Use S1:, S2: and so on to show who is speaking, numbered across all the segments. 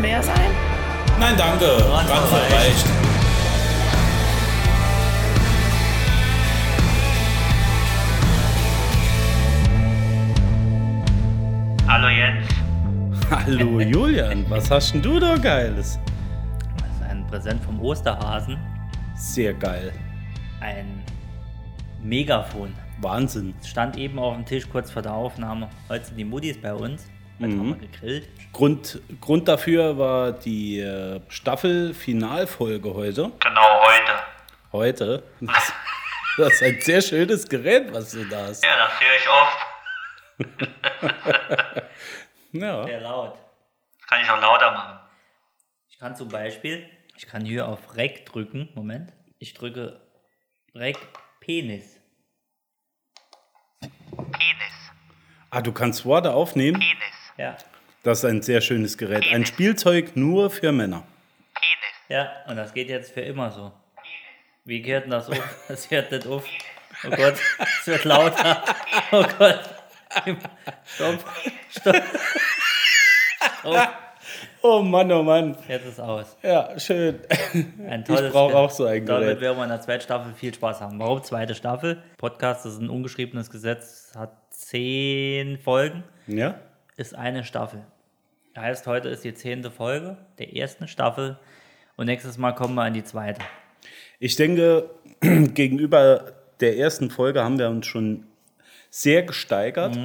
S1: mehr sein.
S2: Nein, danke. Ganz reicht.
S3: Hallo jetzt.
S2: Hallo Julian, was hast denn du da Geiles?
S3: Das ist ein Präsent vom Osterhasen.
S2: Sehr geil.
S3: Ein Megafon.
S2: Wahnsinn.
S3: Es stand eben auf dem Tisch kurz vor der Aufnahme. Heute sind die Muttis bei uns. Heute haben wir gegrillt.
S2: Grund, Grund dafür war die äh, Staffel-Finalfolge heute.
S4: Genau heute.
S2: Heute. Das, das ist ein sehr schönes Gerät, was du da hast.
S4: Ja, das höre ich oft.
S2: Ja.
S3: Sehr laut.
S4: Kann ich auch lauter machen.
S3: Ich kann zum Beispiel, ich kann hier auf Rec drücken. Moment. Ich drücke Rec Penis.
S4: Penis.
S2: Ah, du kannst Worte aufnehmen.
S4: Penis.
S3: Ja.
S2: Das ist ein sehr schönes Gerät. Ein Spielzeug nur für Männer.
S4: Penis.
S3: Ja, und das geht jetzt für immer so. Wie hört denn das auf? Das hört nicht auf. Oh Gott, es wird lauter. Oh Gott. Stopp. Stopp. Stopp.
S2: Oh Mann, oh Mann.
S3: Jetzt ist aus.
S2: Ja, schön.
S3: Ein
S2: Ich
S3: tolles
S2: brauch auch so ein Gerät.
S3: Damit werden wir in der zweiten Staffel viel Spaß haben. Warum zweite Staffel? Podcast ist ein ungeschriebenes Gesetz, hat zehn Folgen,
S2: Ja?
S3: ist eine Staffel. Heißt, heute ist die zehnte Folge der ersten Staffel und nächstes Mal kommen wir in die zweite.
S2: Ich denke, gegenüber der ersten Folge haben wir uns schon sehr gesteigert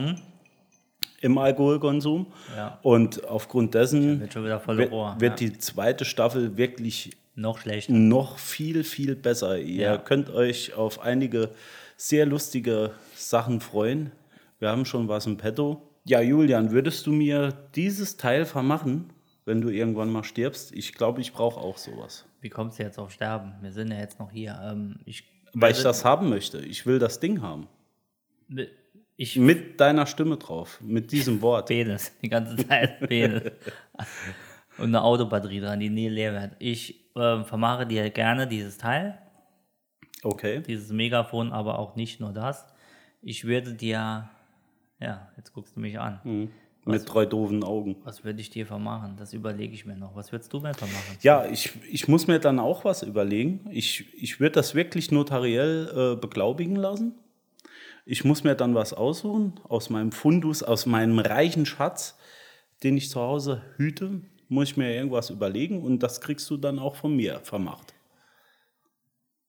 S2: im Alkoholkonsum.
S3: Mhm. Ja.
S2: Und aufgrund dessen
S3: Wird schon wieder voll
S2: wird,
S3: Rohr.
S2: wird
S3: ja.
S2: die zweite Staffel wirklich
S3: Noch schlechter.
S2: noch viel, viel besser. Ihr
S3: Ja.
S2: könnt euch auf einige sehr lustige Sachen freuen. Wir haben schon was im Petto. Ja, Julian, würdest du mir dieses Teil vermachen, wenn du irgendwann mal stirbst? Ich glaube, ich brauche auch sowas.
S3: Wie kommst du jetzt auf Sterben? Wir sind ja jetzt noch hier. Ähm, ich,
S2: Weil ich das haben möchte. Ich will das Ding haben.
S3: Ich
S2: Mit deiner Stimme drauf, mit diesem Wort.
S3: Penis, die ganze Zeit Penis. Und eine Autobatterie dran, die nie leer wird. Ich ähm, vermache dir gerne dieses Teil,
S2: Okay.
S3: dieses Megafon, aber auch nicht nur das. Ich würde dir, ja, jetzt guckst du mich an.
S2: Mhm. Mit drei doofen Augen.
S3: Was würde ich dir vermachen? Das überlege ich mir noch. Was würdest du mir vermachen?
S2: Ja, ich, ich muss mir dann auch was überlegen. Ich, ich würde das wirklich notariell äh, beglaubigen lassen. Ich muss mir dann was aussuchen aus meinem Fundus, aus meinem reichen Schatz, den ich zu Hause hüte. Muss ich mir irgendwas überlegen und das kriegst du dann auch von mir vermacht.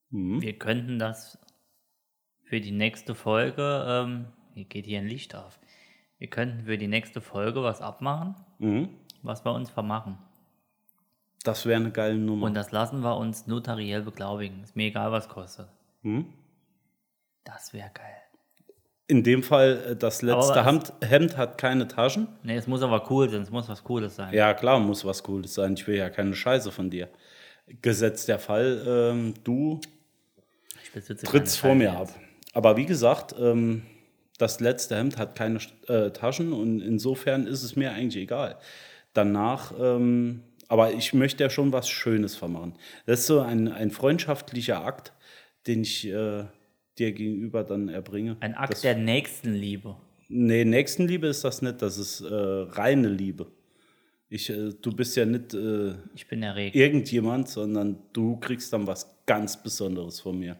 S3: Wir könnten das für die nächste Folge, ähm, hier geht hier ein Licht auf. Wir könnten für die nächste Folge was abmachen, was wir uns vermachen.
S2: Mhm. Das wäre eine geile Nummer.
S3: Und das lassen wir uns notariell beglaubigen. Ist mir egal, was kostet.
S2: Mhm.
S3: Das wäre geil.
S2: In dem Fall, äh, das letzte
S3: es-
S2: Hemd, Hemd hat keine Taschen.
S3: Ne, es muss aber cool sein, es muss was Cooles sein.
S2: Ja, klar, muss was Cooles sein. Ich will ja keine Scheiße von dir. Gesetzt der Fall, ähm, du
S3: Ich besitze
S2: tritt's vor
S3: keine
S2: mir
S3: Scheiße
S2: ab. Aber wie gesagt, ähm, das letzte Hemd hat keine äh, Taschen und insofern ist es mir eigentlich egal. Danach, ähm, aber ich möchte ja schon was Schönes vermachen. Das ist so ein, ein freundschaftlicher Akt, den ich äh, dir gegenüber dann erbringe.
S3: Ein Akt
S2: das,
S3: der Nächstenliebe.
S2: Nee, Nächstenliebe ist das nicht, das ist äh, reine Liebe. Ich, äh, du bist ja nicht äh,
S3: Ich bin erregt.
S2: irgendjemand, sondern du kriegst dann was ganz Besonderes von mir.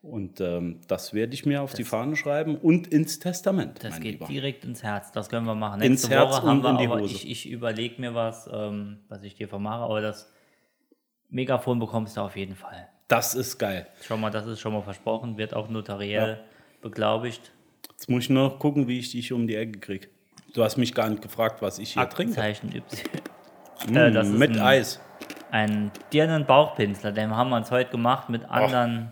S2: Und ähm, das werde ich mir auf die Fahne schreiben und ins Testament.
S3: das
S2: mein
S3: geht
S2: Lieber.
S3: direkt ins Herz, das können wir machen.
S2: Ins
S3: Nächste
S2: Herz
S3: Woche haben
S2: und
S3: wir
S2: in die
S3: aber,
S2: Hose.
S3: ich, ich überlege mir was, ähm, was ich dir vermache, aber das Megafon bekommst du auf jeden Fall.
S2: Das ist geil.
S3: Schon mal, das ist schon mal versprochen, wird auch notariell beglaubigt.
S2: Jetzt muss ich nur noch gucken, wie ich dich um die Ecke kriege. Du hast mich gar nicht gefragt, was ich hier trinke. Hm,
S3: Aktenzeichen Y. Äh, das ist
S2: Mm, Mit
S3: ein-
S2: Eis.
S3: einen dirnen Bauchpinsler, den haben wir uns heute gemacht mit anderen,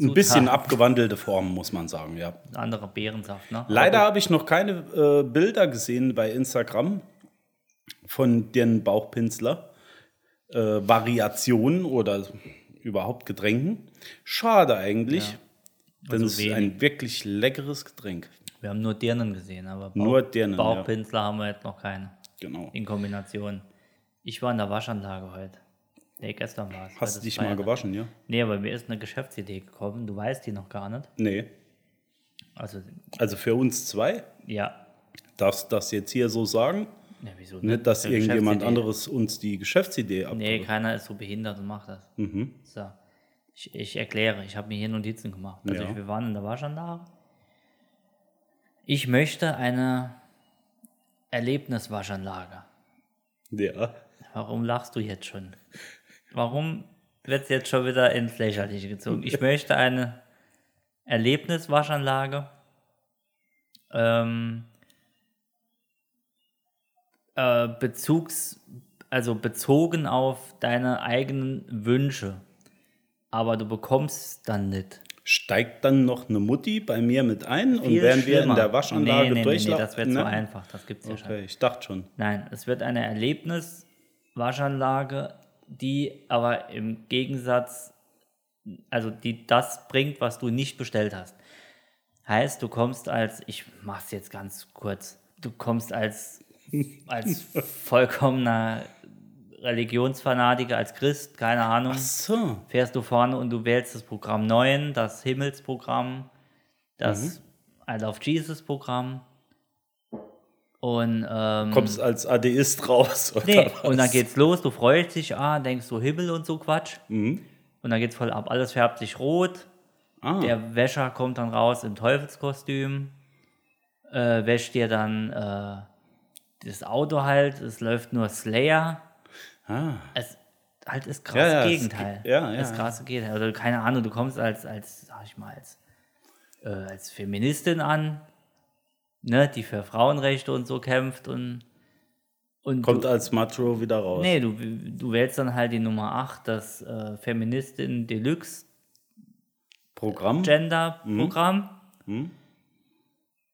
S2: Ein bisschen
S3: Zutaten.
S2: abgewandelte Form, muss man sagen, ja.
S3: anderen Beerensaft. Ne?
S2: Leider habe ich noch keine äh, Bilder gesehen bei Instagram von den Bauchpinsler. Äh, Variationen oder überhaupt Getränken. Schade eigentlich, denn
S3: Also
S2: es ist
S3: wenig.
S2: ein wirklich leckeres Getränk.
S3: Wir haben nur Dirnen gesehen, aber Bauch,
S2: Nur Dirnen, ja.
S3: Bauchpinsler haben wir jetzt noch keine
S2: Genau.
S3: in Kombination. Ich war in der Waschanlage heute. Nee, gestern war es.
S2: Hast
S3: heute
S2: du
S3: ist
S2: dich mal
S3: Freitag.
S2: gewaschen, ja?
S3: Nee, aber mir ist eine Geschäftsidee gekommen. Du weißt die noch gar nicht.
S2: Nee.
S3: Also,
S2: Also für uns zwei,
S3: ja,
S2: darfst du das jetzt hier so sagen?
S3: Ja, wieso
S2: Nicht, dass
S3: Eine
S2: irgendjemand
S3: Geschäftsidee.
S2: anderes uns die Geschäftsidee
S3: Nee,
S2: abnimmt.
S3: keiner ist so behindert und macht das.
S2: Mhm.
S3: So. Ich, ich erkläre, ich habe mir hier Notizen gemacht. Also
S2: Ja.
S3: ich, wir waren in der Waschanlage. Ich möchte eine Erlebniswaschanlage.
S2: Ja.
S3: Warum lachst du jetzt schon? Warum wird jetzt schon wieder ins Lächerliche gezogen? Ich möchte eine Erlebniswaschanlage. Ähm, äh, Bezugs, also bezogen auf deine eigenen Wünsche. Aber du bekommst dann nicht.
S2: Steigt dann noch eine Mutti bei mir mit ein und
S3: Viel
S2: wären wir in
S3: schlimmer.
S2: der Waschanlage
S3: nee, nee, nee, nee,
S2: durchlaufen? ne?
S3: das wäre zu einfach. Das gibt's ja schon.
S2: Okay, ich dachte schon.
S3: Nein, es wird eine Erlebniswaschanlage, die aber im Gegensatz, also die das bringt, was du nicht bestellt hast. Heißt, du kommst als, ich mach's jetzt ganz kurz, du kommst als, als vollkommener Religionsfanatiker, als Christ, keine Ahnung
S2: Ach so.
S3: fährst du vorne und du wählst das Programm 9, das Himmelsprogramm, das I Love Jesus Programm. Und, ähm,
S2: Kommst als Atheist raus, oder?
S3: nee.
S2: was?
S3: und dann geht's los, du freust dich, ah, denkst du Himmel und so Quatsch.
S2: Mhm.
S3: Und dann geht's voll ab. Alles färbt sich rot,
S2: Ah,
S3: der Wäscher kommt dann raus im Teufelskostüm, äh, wäscht dir dann äh, das Auto halt, es läuft nur Slayer.
S2: ah.
S3: Es halt ist krass
S2: Ja, ja, es
S3: Gegenteil.
S2: ge- ja, ja,
S3: Das
S2: ja.
S3: krasse Gegenteil. Oder keine Ahnung, du kommst als, als, sag ich mal, als, äh, als Feministin an, ne, die für Frauenrechte und so kämpft und, und
S2: kommt
S3: du,
S2: als Macho wieder raus.
S3: nee, du, du wählst dann halt die Nummer 8, das äh, Feministin Deluxe
S2: Programm?
S3: Gender Programm.
S2: Mhm.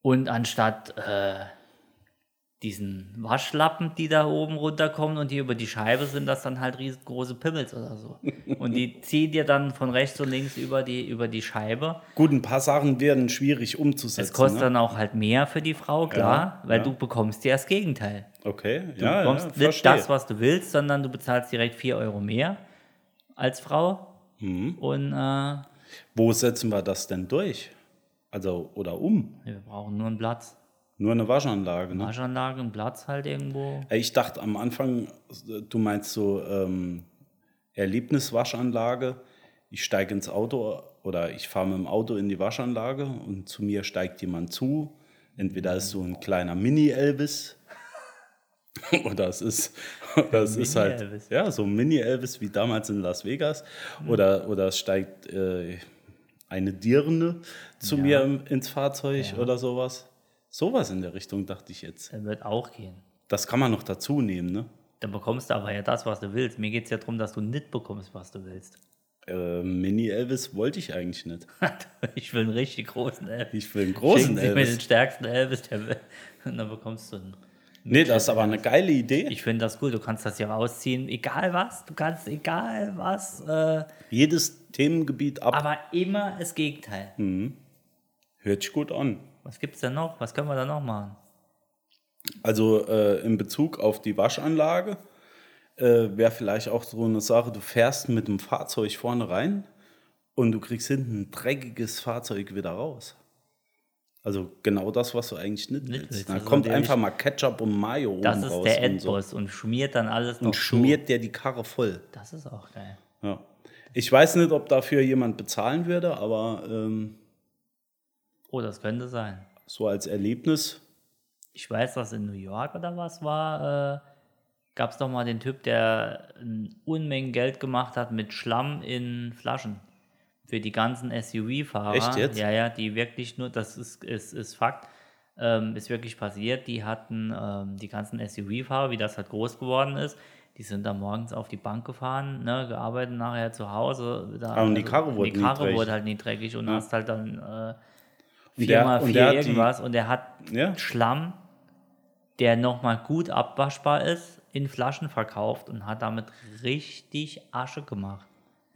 S3: Und anstatt äh, diesen Waschlappen, die da oben runterkommen und die über die Scheibe sind, das dann halt riesengroße Pimmels oder so. Und die ziehen dir dann von rechts und links über die, über die Scheibe.
S2: Gut, ein paar Sachen werden schwierig umzusetzen.
S3: Es kostet
S2: ne?
S3: dann auch halt mehr für die Frau, klar, weil
S2: ja.
S3: du bekommst ja das Gegenteil.
S2: Okay,
S3: Du
S2: ja,
S3: bekommst
S2: ja,
S3: nicht
S2: verstehe.
S3: das, was du willst, sondern du bezahlst direkt 4 Euro mehr als Frau.
S2: Mhm.
S3: Und äh, ja,
S2: Wo setzen wir das denn durch? Also, oder um?
S3: wir brauchen nur einen Platz.
S2: Nur eine Waschanlage, ne?
S3: Waschanlage, einen Platz halt irgendwo.
S2: Ey, Ich dachte am Anfang, äh, du meinst so ähm, Erlebniswaschanlage. Ich steige ins Auto oder ich fahre mit dem Auto in die Waschanlage und zu mir steigt jemand zu. Entweder ist so ein kleiner Mini-Elvis oder es ist, oder es ist halt
S3: Mini-Elvis.
S2: ja, so ein Mini-Elvis wie damals in Las Vegas. Oder, oder es steigt äh, eine Dirne zu mir im- ins Fahrzeug oder sowas. Sowas in der Richtung dachte ich jetzt.
S3: Dann wird auch gehen.
S2: Das kann man noch dazu nehmen, ne?
S3: Dann bekommst du aber ja das, was du willst. Mir geht es ja darum, dass du nicht bekommst, was du willst.
S2: Äh, Mini-Elvis wollte ich eigentlich nicht.
S3: ich will einen richtig großen Elvis.
S2: Ich will einen großen
S3: Schicken Sie mir den
S2: Elvis.
S3: stärksten Elvis der Welt. Und dann bekommst du einen.
S2: Nee, das ist aber eine geile Idee.
S3: Ich finde das cool. Du kannst das ja rausziehen. Egal was. Du kannst egal was. Äh,
S2: Jedes Themengebiet ab.
S3: aber immer das Gegenteil.
S2: Hm. Hört sich gut an.
S3: Was gibt's denn noch? Was können wir da noch machen?
S2: Also äh, in Bezug auf die Waschanlage äh, wäre vielleicht auch so eine Sache, du fährst mit dem Fahrzeug vorne rein und du kriegst hinten ein dreckiges Fahrzeug wieder raus. Also genau das, was du eigentlich nicht
S3: Nicht
S2: willst.
S3: willst,
S2: Da
S3: also
S2: kommt
S3: natürlich-
S2: einfach mal Ketchup und Mayo
S3: Das
S2: oben
S3: ist
S2: raus
S3: der
S2: und, so.
S3: Endboss und schmiert dann alles noch
S2: und
S3: zu.
S2: schmiert dir die Karre voll.
S3: Das ist auch geil.
S2: Ja. Ich weiß nicht, ob dafür jemand bezahlen würde, aber ähm,
S3: Oh, das könnte sein.
S2: so als Erlebnis.
S3: ich weiß, dass in New York oder was war, äh, gab es doch mal den Typ, der ein Unmengen Geld gemacht hat mit Schlamm in Flaschen. Für die ganzen SUV-Fahrer.
S2: Echt jetzt?
S3: Ja, ja, die wirklich nur, das ist, ist, ist Fakt, ähm, ist wirklich passiert. Die hatten ähm, die ganzen SUV-Fahrer, wie das halt groß geworden ist, die sind dann morgens auf die Bank gefahren, ne, gearbeitet, nachher zu Hause. Da, also
S2: Ah, und die Karre wurde
S3: die
S2: nie
S3: Karre
S2: dreckig.
S3: wurde halt nie dreckig und hast halt dann äh,
S2: Und
S3: viermal
S2: und
S3: vier
S2: hat die-
S3: irgendwas und er hat
S2: Ja.
S3: Schlamm, der nochmal gut abwaschbar ist, in Flaschen verkauft und hat damit richtig Asche gemacht.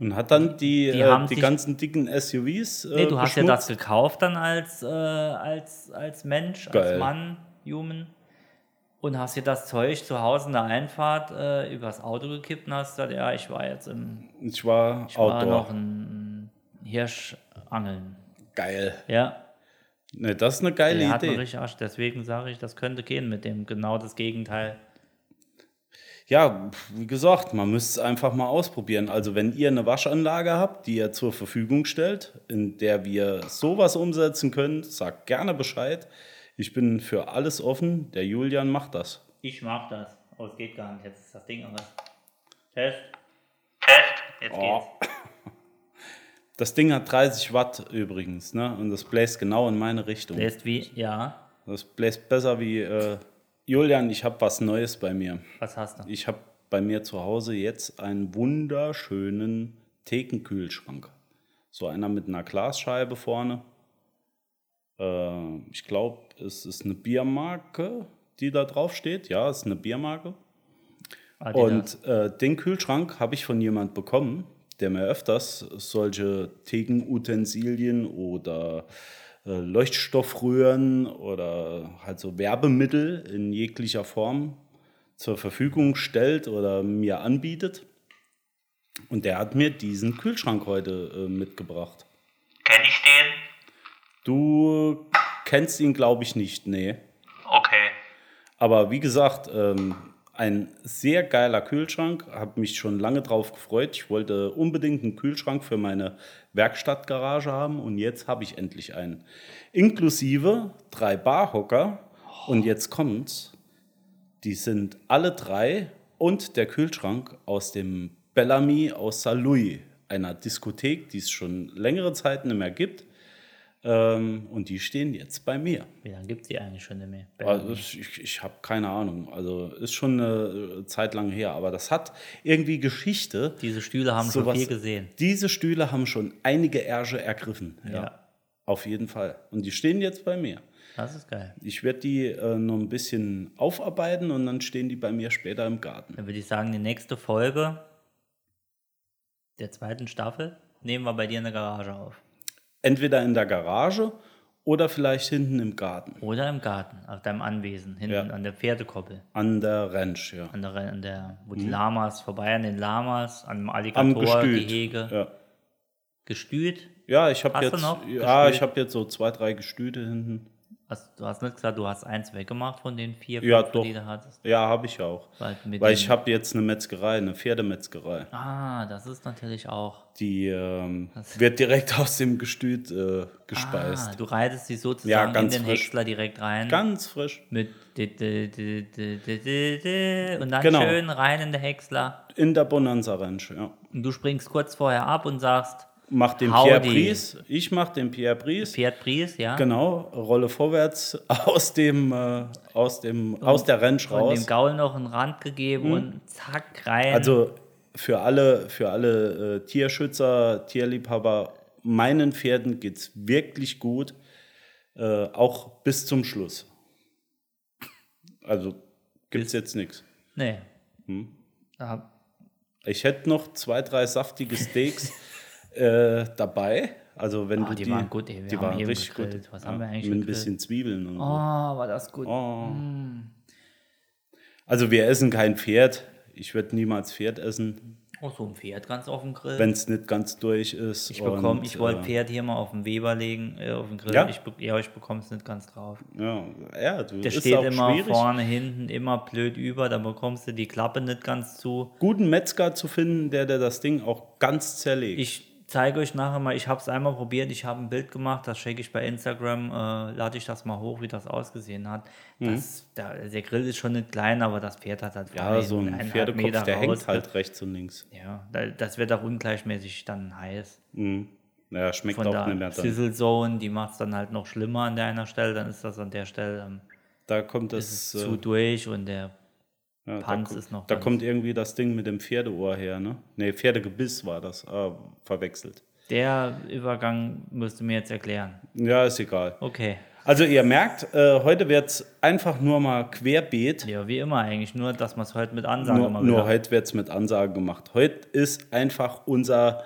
S2: Und hat dann die,
S3: Die
S2: äh,
S3: haben
S2: die
S3: sich-
S2: ganzen dicken SUVs. Äh,
S3: Nee, du hast ja das
S2: beschmutzt.
S3: gekauft dann als, äh, als, als Mensch,
S2: Geil.
S3: als Mann, Human. Und hast dir das Zeug zu Hause in der Einfahrt äh, übers Auto gekippt und hast gesagt, ja, ich war jetzt im
S2: Ich war
S3: ich war
S2: Outdoor.
S3: noch ein Hirschangeln.
S2: Geil.
S3: Ja.
S2: Ne, das ist eine geile
S3: Der hat einen
S2: Idee.
S3: richtig Arsch. Deswegen sage ich, das könnte gehen mit dem genau das Gegenteil.
S2: Ja, pf, wie gesagt, man müsste es einfach mal ausprobieren. Also, wenn ihr eine Waschanlage habt, die ihr zur Verfügung stellt, in der wir sowas umsetzen können, sagt gerne Bescheid. Ich bin für alles offen. Der Julian macht das.
S3: Ich mag das. Oh, es geht gar nicht. Jetzt ist das Ding aber. Test.
S4: Test.
S3: Jetzt
S2: Oh. Das Ding hat 30 Watt übrigens, ne? Und das bläst genau in meine Richtung.
S3: geht's. Test wie? Ja.
S2: Das bläst besser wie. Äh, Julian, ich habe was Neues bei mir.
S3: Was hast du?
S2: Ich habe bei mir zu Hause jetzt einen wunderschönen Thekenkühlschrank. So einer mit einer Glasscheibe vorne. Äh, ich glaube, es ist eine Biermarke, die da drauf steht. Ja, es ist eine Biermarke.
S3: Adidas.
S2: Und äh, den Kühlschrank habe ich von jemand bekommen, der mir öfters solche Thekenutensilien oder äh, Leuchtstoffröhren oder halt so Werbemittel in jeglicher Form zur Verfügung stellt oder mir anbietet. Und der hat mir diesen Kühlschrank heute äh, mitgebracht.
S4: Kenn ich den?
S2: Du kennst ihn, glaube ich, nicht, nee.
S4: Okay.
S2: Aber wie gesagt, ähm, ein sehr geiler Kühlschrank. Habe mich schon lange drauf gefreut. Ich wollte unbedingt einen Kühlschrank für meine Werkstattgarage haben und jetzt habe ich endlich einen. Inklusive drei Barhocker. Und jetzt kommt's. Die sind alle drei und der Kühlschrank aus dem Bellamy aus Saint-Louis, einer Diskothek, die es schon längere Zeit nicht mehr gibt. Ähm, und die stehen jetzt bei mir.
S3: Wie lange gibt es die eigentlich schon nicht mehr?
S2: Also es- ich ich habe keine Ahnung. Also ist schon eine äh, Zeit lang her, aber das hat irgendwie Geschichte.
S3: Diese Stühle haben schon
S2: Sowas-
S3: viel gesehen.
S2: Diese Stühle haben schon einige Ärsche ergriffen. Ja.
S3: Ja.
S2: Auf jeden Fall. Und die stehen jetzt bei mir.
S3: Das ist geil.
S2: Ich werde die äh, noch ein bisschen aufarbeiten und dann stehen die bei mir später im Garten.
S3: Dann würde ich sagen, die nächste Folge der zweiten Staffel nehmen wir bei dir in der Garage auf.
S2: Entweder in der Garage oder vielleicht hinten im Garten.
S3: Oder im Garten, auf deinem Anwesen, hinten
S2: Ja.
S3: an der Pferdekoppel.
S2: An der Ranch, ja.
S3: An der, an der, wo die Lamas vorbei, an den Lamas, an dem
S2: Mhm. Am
S3: Alligator, die
S2: Gestüt.
S3: Hege.
S2: Ja.
S3: Gestüt?
S2: ja, ich habe
S3: Hast du
S2: jetzt,
S3: noch
S2: ja,
S3: Gestüt?
S2: ich hab jetzt so zwei, drei Gestüte hinten.
S3: Hast, du hast nicht gesagt, du hast eins weggemacht von den vier,
S2: Ja,
S3: fünf, die
S2: doch.
S3: du hattest.
S2: Ja, habe ich auch.
S3: Weil mit
S2: Weil
S3: dem-
S2: ich habe jetzt eine Metzgerei, eine Pferdemetzgerei.
S3: Ah, das ist natürlich auch.
S2: Die ähm,
S3: Was?
S2: wird direkt aus dem Gestüt äh,
S3: Ah,
S2: gespeist.
S3: du reitest sie sozusagen
S2: Ja, ganz
S3: in den
S2: frisch.
S3: Häcksler direkt rein.
S2: Ganz frisch.
S3: Mit di- di- di- di- di- di- di- und dann
S2: Genau.
S3: schön rein in der Häcksler.
S2: In der Bonanza Ranch, ja.
S3: Und du springst kurz vorher ab und sagst,
S2: Mach den
S3: Howdy.
S2: Pierre Bries. Ich mach den Pierre Bries.
S3: Pferd Pries, ja?
S2: Genau, rolle vorwärts aus dem, äh, aus dem, aus der Ranch
S3: Und dem
S2: raus. Hm.
S3: Gaul noch einen Rand gegeben und zack, rein.
S2: Also für alle, für alle äh, Tierschützer, Tierliebhaber, meinen Pferden geht's wirklich gut. Äh, auch bis zum Schluss. Also gibt's jetzt nichts.
S3: nee.
S2: Hm.
S3: Da,
S2: Ich hätte noch zwei, drei saftige Steaks äh, dabei. Also wenn
S3: Ah,
S2: du
S3: die
S2: die,
S3: waren gut, ey. Wir
S2: die
S3: haben
S2: waren
S3: eben
S2: richtig
S3: gegrillt.
S2: gut.
S3: Was haben wir eigentlich
S2: Mit ein
S3: gegrillt?
S2: bisschen Zwiebeln und
S3: oh,
S2: so.
S3: war das gut.
S2: Oh. Also wir essen kein Pferd. Ich würde niemals Pferd essen,
S3: Oh, so ein Pferd ganz auf dem Grill.
S2: wenn es nicht ganz durch ist.
S3: ich bekomme, ich wollte
S2: äh,
S3: Pferd hier mal auf den Weber legen, äh, auf den Grill.
S2: Ja?
S3: Ich, be- ja, ich bekomme es nicht ganz drauf.
S2: Ja, ja du,
S3: Der
S2: ist
S3: steht
S2: auch
S3: immer
S2: schwierig.
S3: vorne, hinten, immer blöd über, dann bekommst du die Klappe nicht ganz zu.
S2: Guten Metzger zu finden, der, der das Ding auch ganz zerlegt.
S3: Ich zeige euch nachher mal, ich habe es einmal probiert, ich habe ein Bild gemacht, das schicke ich bei Instagram, äh, lade ich das mal hoch, wie das ausgesehen hat. Das, da, der Grill ist schon nicht klein, aber das Pferd hat halt
S2: Mhm. ja,
S3: vorne
S2: so
S3: hinten
S2: ein
S3: eineinhalb
S2: Pferdekopf,
S3: Meter
S2: der
S3: raus.
S2: hängt halt rechts und links.
S3: Ja, da- das wird auch ungleichmäßig dann heiß.
S2: Ja, schmeckt
S3: Von
S2: auch nicht
S3: der
S2: mehr dann.
S3: Sizzle Zone, die macht es dann halt noch schlimmer an der einer Stelle, dann ist das an der Stelle ähm,
S2: Da kommt das.
S3: ist
S2: äh,
S3: zu durch und der
S2: Ja,
S3: Panz
S2: da, ko-
S3: ist noch
S2: Da
S3: ganz-
S2: kommt irgendwie das Ding mit dem Pferdeohr her, ne? Ne, Pferdegebiss war das. Ah, verwechselt.
S3: Der Übergang müsst du mir jetzt erklären.
S2: Ja, ist egal.
S3: Okay.
S2: Also ihr merkt, äh, heute wird es einfach nur mal querbeet.
S3: Ja, wie immer eigentlich. Nur, dass man es heute mit Ansage
S2: nur
S3: mal
S2: nur
S3: wieder-
S2: heute wird es mit Ansage gemacht. Heute ist einfach unser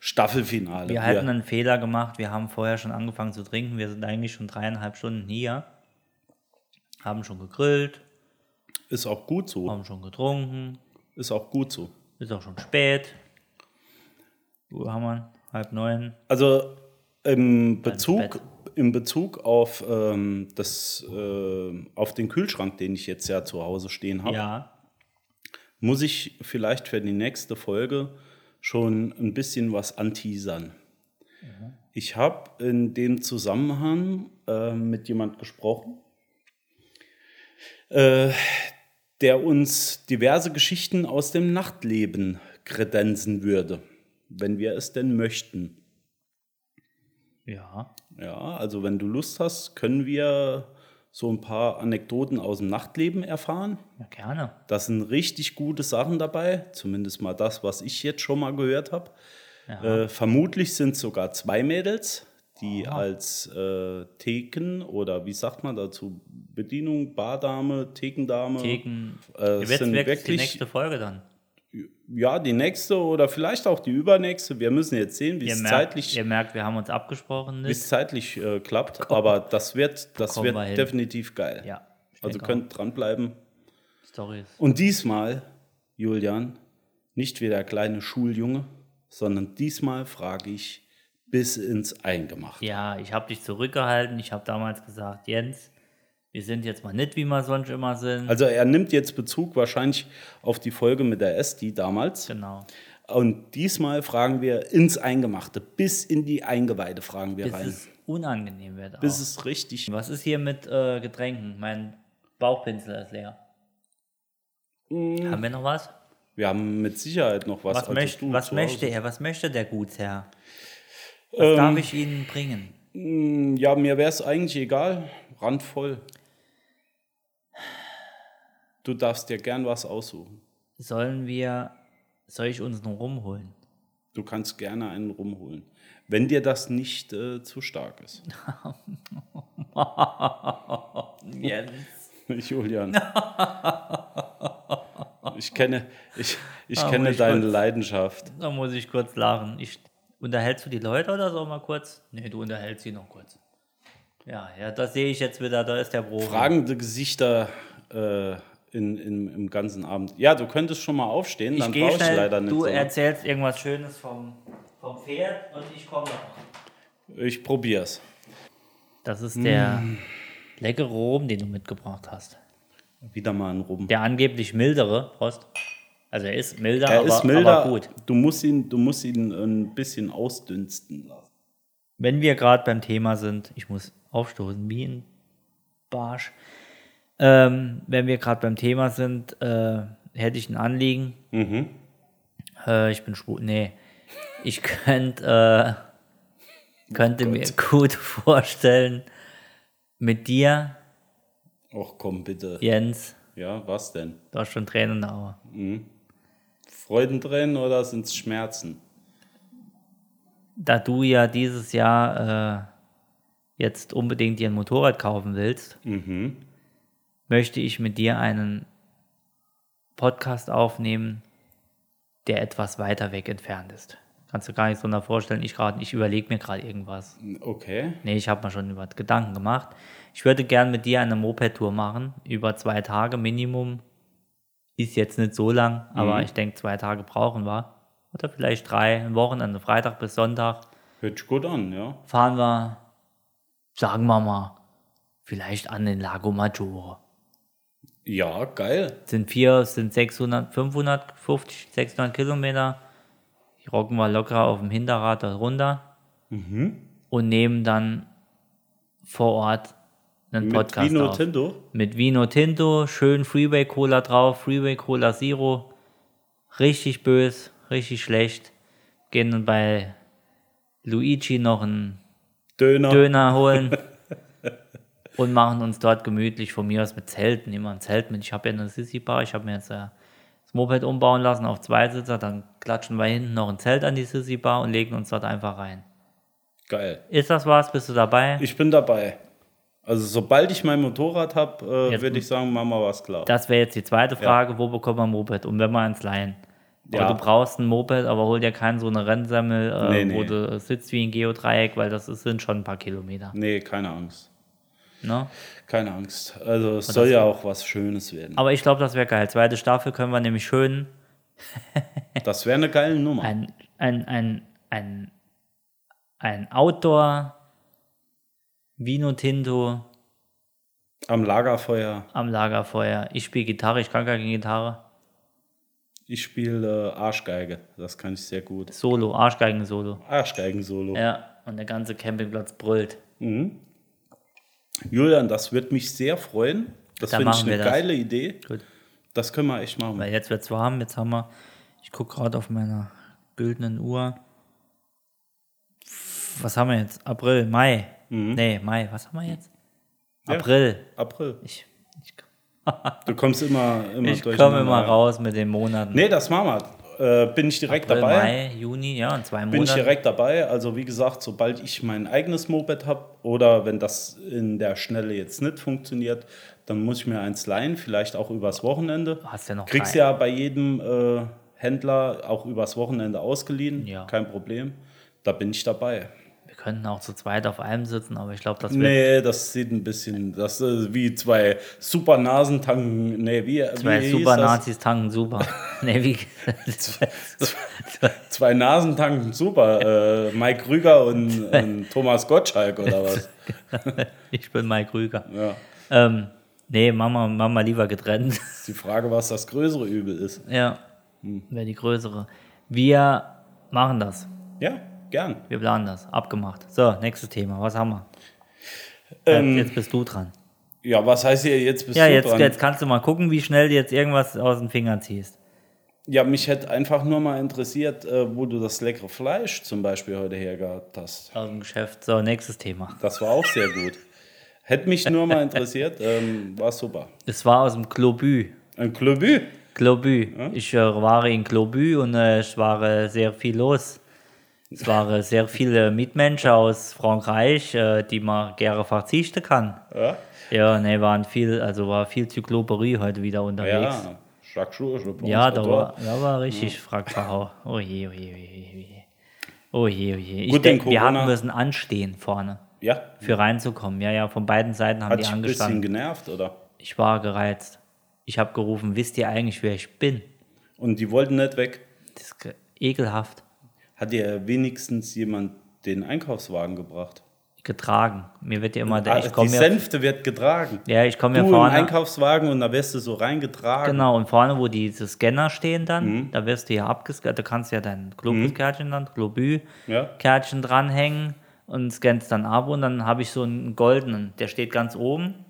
S2: Staffelfinale.
S3: Wir hatten einen Fehler gemacht. Wir haben vorher schon angefangen zu trinken. Wir sind eigentlich schon dreieinhalb Stunden hier. Haben schon gegrillt,
S2: ist auch gut so.
S3: haben schon getrunken.
S2: Ist auch gut so.
S3: Ist auch schon spät. Wo haben wir? Halb neun.
S2: Also im Bezug,
S3: Bett.
S2: in Bezug auf, ähm, das, äh, auf den Kühlschrank, den ich jetzt ja zu Hause stehen habe,
S3: Ja.
S2: muss ich vielleicht für die nächste Folge schon ein bisschen was anteasern.
S3: Mhm.
S2: Ich habe in dem Zusammenhang äh, mit jemand gesprochen, äh, der uns diverse Geschichten aus dem Nachtleben kredenzen würde, wenn wir es denn möchten.
S3: Ja.
S2: Ja, also wenn du Lust hast, können wir so ein paar Anekdoten aus dem Nachtleben erfahren.
S3: Ja, gerne.
S2: Da sind richtig gute Sachen dabei, zumindest mal das, was ich jetzt schon mal gehört habe. Äh, vermutlich sind sogar zwei Mädels, die als äh, Theken oder wie sagt man dazu, Bedienung, Bardame, Thekendame.
S3: Theken.
S2: Äh,
S3: Ihr
S2: es
S3: werdet
S2: sind
S3: wirklich die
S2: wirklich,
S3: nächste Folge dann.
S2: ja, die nächste oder vielleicht auch die übernächste. Wir müssen jetzt sehen, wie
S3: Ihr
S2: es
S3: merkt,
S2: zeitlich
S3: ihr merkt, wir haben uns abgesprochen.
S2: wie
S3: Nicht?
S2: es zeitlich äh, klappt, aber das wird, das
S3: Bekommen
S2: wird
S3: wir hin.
S2: definitiv geil.
S3: Ja. ich
S2: also
S3: denke
S2: könnt dranbleiben.
S3: auch. Stories.
S2: Und diesmal, Julian, nicht wie der kleine Schuljunge, sondern diesmal frage ich bis ins Eingemachte.
S3: Ja, ich habe dich zurückgehalten. Ich habe damals gesagt, Jens, wir sind jetzt mal nicht, wie wir sonst immer sind.
S2: Also er nimmt jetzt Bezug wahrscheinlich auf die Folge mit der Esti damals.
S3: genau.
S2: Und diesmal fragen wir ins Eingemachte, bis in die Eingeweide fragen wir
S3: Bis
S2: rein.
S3: es unangenehm wird. Auch.
S2: bis es richtig...
S3: Was ist hier mit äh, Getränken? Mein Bauchpinsel ist leer. Haben wir noch was?
S2: Wir haben mit Sicherheit noch Hm. was.
S3: Was,
S2: also
S3: möcht,
S2: du
S3: was
S2: zu Hause. Ähm.
S3: möchte er? Was möchte der Gutsherr? Was darf ich Ihnen bringen?
S2: Ja, mir wäre es eigentlich egal. Randvoll. Du darfst dir gern was aussuchen.
S3: Sollen wir. Soll ich uns noch rumholen?
S2: Du kannst gerne einen rumholen. Wenn dir das nicht äh, zu stark ist.
S3: Jens.
S2: Julian. Ich kenne, ich, ich
S3: Ah,
S2: kenne
S3: ruhig,
S2: deine
S3: Gott.
S2: Leidenschaft.
S3: Da muss ich kurz lachen. Ich, unterhältst du die Leute oder so mal kurz? Nee, du unterhältst sie noch kurz. Ja, ja, das sehe ich jetzt wieder. Da ist der Profi.
S2: Fragende Gesichter äh, in, in, im ganzen Abend. Ja, du könntest schon mal aufstehen,
S3: ich
S2: dann
S3: gehe
S2: brauche ich
S3: schnell.
S2: leider nicht.
S3: du
S2: so ne? lange.
S3: erzählst irgendwas Schönes vom, vom Pferd und ich komme noch.
S2: Ich probier's.
S3: Das ist der
S2: Mm.
S3: leckere Rum, den du mitgebracht hast.
S2: Wieder mal einen Rum.
S3: Der angeblich mildere, Prost. Also er ist milder,
S2: Er
S3: aber,
S2: ist milder.
S3: aber gut.
S2: Du musst ihn, du musst ihn ein bisschen ausdünsten lassen.
S3: Wenn wir gerade beim Thema sind, ich muss aufstoßen wie ein Barsch. Ähm, wenn wir gerade beim Thema sind, äh, hätte ich ein Anliegen. Äh, ich bin schwul. Nee. Ich könnte äh, könnte mir gut vorstellen, mit dir,
S2: Ach komm, bitte. Ja,
S3: Jens,
S2: was denn?
S3: du hast schon Tränen in der Auge.
S2: Freudentränen oder sind es Schmerzen?
S3: da du ja dieses Jahr äh, jetzt unbedingt dir ein Motorrad kaufen willst, möchte ich mit dir einen Podcast aufnehmen, der etwas weiter weg entfernt ist. Kannst du gar nicht so nah vorstellen. Ich gerade, ich überlege mir gerade irgendwas.
S2: Okay.
S3: Nee, ich habe mir schon über Gedanken gemacht. Ich würde gern mit dir eine Moped-Tour machen, über zwei Tage Minimum. Ist jetzt nicht so lang, aber ich denke, zwei Tage brauchen wir. Oder vielleicht drei, ein Wochenende, Freitag bis Sonntag
S2: Hört sich gut an, ja.
S3: fahren wir, sagen wir mal, vielleicht an den Lago Maggiore.
S2: Ja, geil.
S3: Sind vier, sind 600, 550, 600 Kilometer. Die rocken wir locker auf dem Hinterrad da runter
S2: Mhm.
S3: und nehmen dann vor Ort einen
S2: Mit
S3: Podcast
S2: Vino
S3: auf.
S2: Tinto.
S3: Mit Vino Tinto, schön Freeway Cola drauf, Freeway Cola Zero. Richtig bös, richtig schlecht. Gehen dann bei Luigi noch ein
S2: Döner.
S3: Döner holen und machen uns dort gemütlich von mir aus mit Zelten. Nehmen wir ein Zelt mit. Ich habe ja eine Sissi-Bar. Ich habe mir jetzt äh, das Moped umbauen lassen auf Zweisitzer. Dann klatschen wir hinten noch ein Zelt an die Sissi-Bar und legen uns dort einfach rein.
S2: Geil.
S3: Ist das was? Bist du dabei?
S2: Ich bin dabei. Also sobald ich mein Motorrad habe, äh,
S3: Jetzt-
S2: würde ich sagen, machen wir was klar.
S3: das wäre jetzt die zweite Frage. Wo bekommt man ein Moped? Und wenn man eins leihen?
S2: Ja.
S3: Aber du brauchst ein Moped, aber hol dir keinen so eine Rennsemmel, äh,
S2: Nee,
S3: wo
S2: nee.
S3: du sitzt wie ein Geodreieck, weil das ist, sind schon ein paar Kilometer.
S2: Nee, keine Angst.
S3: Ne?
S2: Keine Angst. Also es soll ja auch was Schönes werden.
S3: Aber ich glaube, das wäre geil. Zweite Staffel können wir nämlich schön
S2: Das wäre eine geile Nummer.
S3: ein, ein, ein, ein, ein Outdoor Vino Tinto
S2: Am Lagerfeuer.
S3: am Lagerfeuer. Ich spiele Gitarre, ich kann keine Gitarre.
S2: Ich spiele äh, Arschgeige. Das kann ich sehr gut.
S3: Solo, Arschgeigen-Solo.
S2: Arschgeigen-Solo.
S3: Ja, und der ganze Campingplatz brüllt.
S2: Julian, das wird mich sehr freuen. Das
S3: Dann
S2: finde ich
S3: machen
S2: eine
S3: wir das.
S2: geile Idee.
S3: Gut.
S2: Das können wir echt machen.
S3: Weil jetzt wird es warm, jetzt haben wir, ich gucke gerade auf meiner güldenen Uhr. Was haben wir jetzt? April, Mai. Nee, Mai, was haben wir jetzt?
S2: Ja.
S3: April.
S2: April.
S3: Ich, ich,
S2: Du kommst immer, immer
S3: ich komme
S2: durcheinander.
S3: immer raus mit den Monaten.
S2: Nee, das machen wir. Äh, bin ich direkt
S3: April,
S2: dabei.
S3: Mai, Juni, ja, in zwei
S2: Bin ich
S3: Monaten.
S2: direkt dabei. Also wie gesagt, sobald ich mein eigenes Moped habe oder wenn das in der Schnelle jetzt nicht funktioniert, dann muss ich mir eins leihen, vielleicht auch übers Wochenende.
S3: Hast ja noch
S2: Kriegst
S3: keinen.
S2: ja bei jedem äh, Händler auch übers Wochenende ausgeliehen.
S3: Ja.
S2: Kein Problem. Da bin ich dabei.
S3: Wir könnten auch zu zweit auf einem sitzen, aber ich glaube, das wird
S2: Nee, das sieht ein bisschen, das ist wie zwei super Nasentanken. Nee, wie,
S3: zwei
S2: wie hieß
S3: super
S2: das?
S3: Nazis tanken super. nee, wie,
S2: Zwei Nasentanken, super. Äh, Mike Krüger und, und Thomas Gottschalk oder was?
S3: ich bin Mike Rüger.
S2: Ja.
S3: Ähm, nee, Mama, Mama lieber getrennt.
S2: Ist Die Frage, was das größere Übel ist.
S3: Ja,
S2: Hm.
S3: wäre die größere. Wir machen das.
S2: Ja, gern.
S3: Wir planen das. Abgemacht. So, nächstes Thema. Was haben wir? jetzt, jetzt bist du dran.
S2: Ja, was heißt hier jetzt Ähm, bist
S3: Ja,
S2: du
S3: jetzt,
S2: dran?
S3: jetzt kannst du mal gucken, wie schnell du jetzt irgendwas aus den Fingern ziehst.
S2: Ja, mich hätte einfach nur mal interessiert, äh, wo du das leckere Fleisch zum Beispiel heute hergehabt hast.
S3: Aus dem Geschäft. So, nächstes Thema.
S2: Das war auch sehr gut. Hätte mich nur mal interessiert. Ähm, war super.
S3: Es war aus dem Klobü.
S2: Ein Klobü.
S3: Klobü. Ich äh, war in Klobü und äh, es war äh, sehr viel los. Es waren äh, sehr viele Mitmenschen aus Frankreich, äh, die man gerne verzichten kann.
S2: Ja,
S3: Ja, ne, waren viel, also war viel Zykloperie heute wieder unterwegs.
S2: ja. Charcuterie, je pense,
S3: Ja, da
S2: oder?
S3: war, da war richtig Frackbauer. Oh je, oh je, oh je, oh je. Oh je, oh je. Ich
S2: Gut,
S3: denke,
S2: den
S3: wir
S2: Corona-
S3: hatten müssen anstehen vorne,
S2: Ja,
S3: für reinzukommen. Ja, ja, von beiden Seiten haben
S2: hat
S3: die
S2: dich ein bisschen
S3: angestanden.
S2: genervt, oder?
S3: Ich war gereizt. Ich habe gerufen, wisst ihr eigentlich, wer ich bin?
S2: Und die wollten nicht weg.
S3: Das ist ge- ekelhaft
S2: Hat dir wenigstens jemand den Einkaufswagen gebracht?
S3: getragen. Mir wird ja immer der,
S2: Ah,
S3: ich
S2: die
S3: komme ja,
S2: Sänfte wird getragen.
S3: ja, ich komme ja
S2: Du im
S3: vorne.
S2: Einkaufswagen und da wirst du so reingetragen.
S3: Genau, und vorne, wo diese Scanner stehen dann,
S2: Mhm.
S3: da wirst du ja abgescannt, da kannst du ja dein Globus-Kärtchen dann, Globü,
S2: Ja.
S3: Kärtchen dranhängen und scannst dann ab und dann habe ich so einen goldenen, der steht ganz oben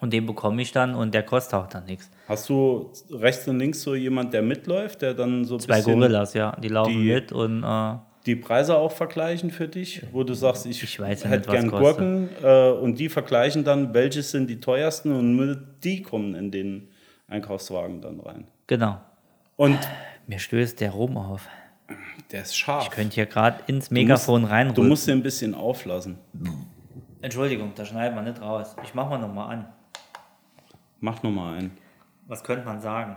S3: und den bekomme ich dann und der kostet auch dann nichts.
S2: Hast du rechts und links so jemand, der mitläuft, der dann so ein
S3: Zwei
S2: bisschen
S3: Gorillas, ja, die laufen
S2: die-
S3: mit und äh,
S2: die Preise auch vergleichen für dich, wo du sagst, ich,
S3: Ich weiß ja nicht,
S2: hätte
S3: was
S2: gern
S3: kostet.
S2: Gurken äh, und die vergleichen dann, welche sind die teuersten und nur die kommen in den Einkaufswagen dann rein.
S3: genau.
S2: Und
S3: Mir stößt der Rum auf.
S2: der ist scharf.
S3: Ich könnte hier gerade ins Megafon reinrühren.
S2: du musst den ein bisschen auflassen.
S3: Entschuldigung, da schneiden wir nicht raus. Ich mache mal nochmal an.
S2: Mach nochmal einen.
S3: Was könnte man sagen?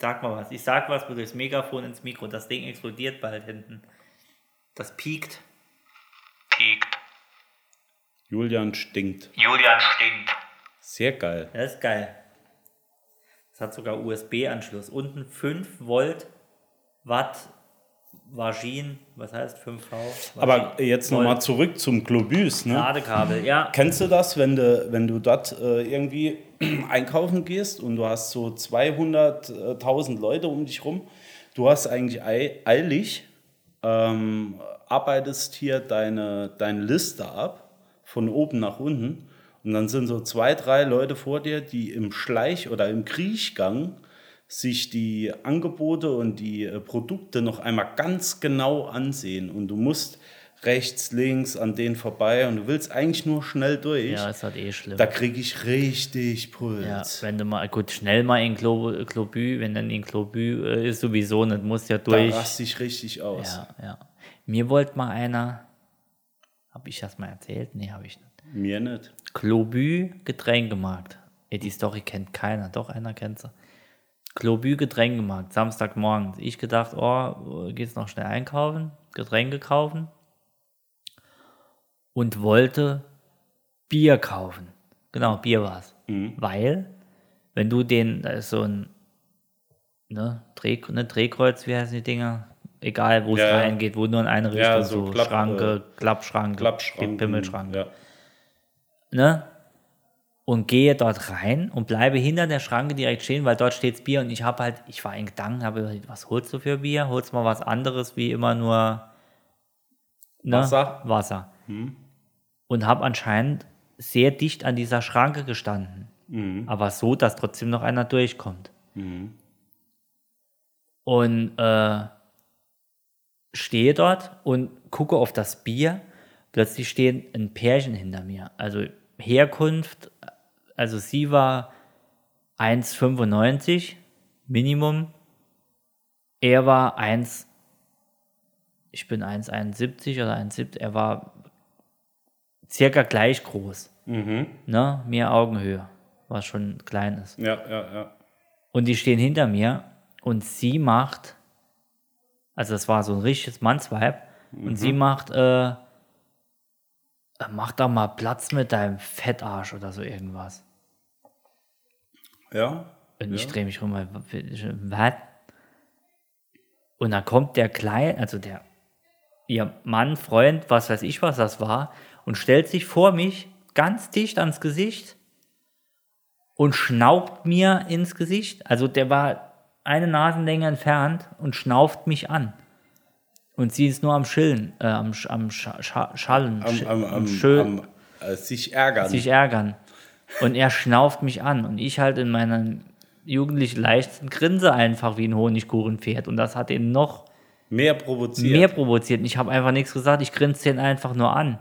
S3: Sag mal was. Ich sag was aber durchs Megafon ins Mikro. Das Ding explodiert bald hinten. Das piekt.
S4: Piekt.
S2: Julian stinkt.
S4: Julian stinkt.
S2: Sehr geil.
S3: Das ist geil. Das hat sogar USB-Anschluss. Unten 5 Volt Watt Vagin. Was heißt 5V?
S2: Aber jetzt nochmal
S3: zu.
S2: zurück zum Globüs. Ne?
S3: Ladekabel, ja.
S2: Kennst du das, wenn du, wenn du dort äh, irgendwie einkaufen gehst und du hast so 200.000 Leute um dich rum? Du hast eigentlich ei- eilig, ähm, arbeitest hier deine, deine Liste ab, von oben nach unten. Und dann sind so zwei, drei Leute vor dir, die im Schleich- oder im Kriechgang sich die Angebote und die äh, Produkte noch einmal ganz genau ansehen. Und du musst rechts, links an denen vorbei und du willst eigentlich nur schnell durch.
S3: Ja, ist halt eh schlimm.
S2: Da kriege ich richtig
S3: ja,
S2: Puls.
S3: wenn du mal, gut, schnell mal in Klo, Klobü, wenn dann in Klobü äh, ist sowieso nicht, muss ja
S2: da
S3: durch.
S2: raste ich richtig aus.
S3: Ja, ja. Mir wollte mal einer, habe ich das mal erzählt? Nee, habe ich nicht.
S2: Mir nicht.
S3: Klobü Getränkemarkt. Ey, die Story kennt keiner, doch einer kennt sie. Klobü Getränkemarkt, Samstagmorgens. Ich gedacht, oh, geht's noch schnell einkaufen, Getränke kaufen und wollte Bier kaufen. Genau, Bier war's.
S2: Mhm.
S3: Weil, wenn du den, da ist so ein ne, Dreh, ne, Drehkreuz, wie heißen die Dinger? Egal, wo es
S2: Ja, ja.
S3: reingeht, wo nur in eine Richtung,
S2: Ja, so
S3: so,
S2: Klapp- äh,
S3: Schranke, Klappschranke,
S2: Klappschrank.
S3: Pimmelschranke
S2: Ja.
S3: ne? Und gehe dort rein und bleibe hinter der Schranke direkt stehen, weil dort steht Bier und ich habe halt, ich war in Gedanken, habe überlegt, was holst du für Bier? Holst mal was anderes wie immer nur ne?
S2: Wasser.
S3: Wasser. Und habe anscheinend sehr dicht an dieser Schranke gestanden. Aber so, dass trotzdem noch einer durchkommt. Und äh, stehe dort und gucke auf das Bier. Plötzlich stehen ein Pärchen hinter mir. Also Herkunft, also sie war 1,95 Minimum. Er war 1, ich bin 1,71 oder 1,70. Er war circa gleich groß. Ne? Mir Augenhöhe, was schon klein ist.
S2: Ja, ja, ja.
S3: Und die stehen hinter mir und sie macht, also das war so ein richtiges Mannsweib, und sie macht, äh, äh, mach doch mal Platz mit deinem Fettarsch oder so irgendwas.
S2: Ja.
S3: Und ich
S2: Ja.
S3: drehe mich rum, weil, was? Und dann kommt der Kleine, also der, ihr Mann, Freund, was weiß ich, was das war, und stellt sich vor mich ganz dicht ans Gesicht und schnaubt mir ins Gesicht. Also der war eine Nasenlänge entfernt und schnauft mich an. Und sie ist nur am Schillen, äh, am, Sch- am Scha Scha Schallen,
S2: Am,
S3: Sch-
S2: am, am,
S3: Schö-
S2: am äh, sich ärgern.
S3: sich ärgern. Und er schnauft mich an. Und ich halt in meinem jugendlich leichten Grinse einfach wie ein Honigkuchenpferd. Und das hat ihn noch
S2: mehr provoziert.
S3: mehr provoziert. Und ich habe einfach nichts gesagt. Ich grinste ihn einfach nur an.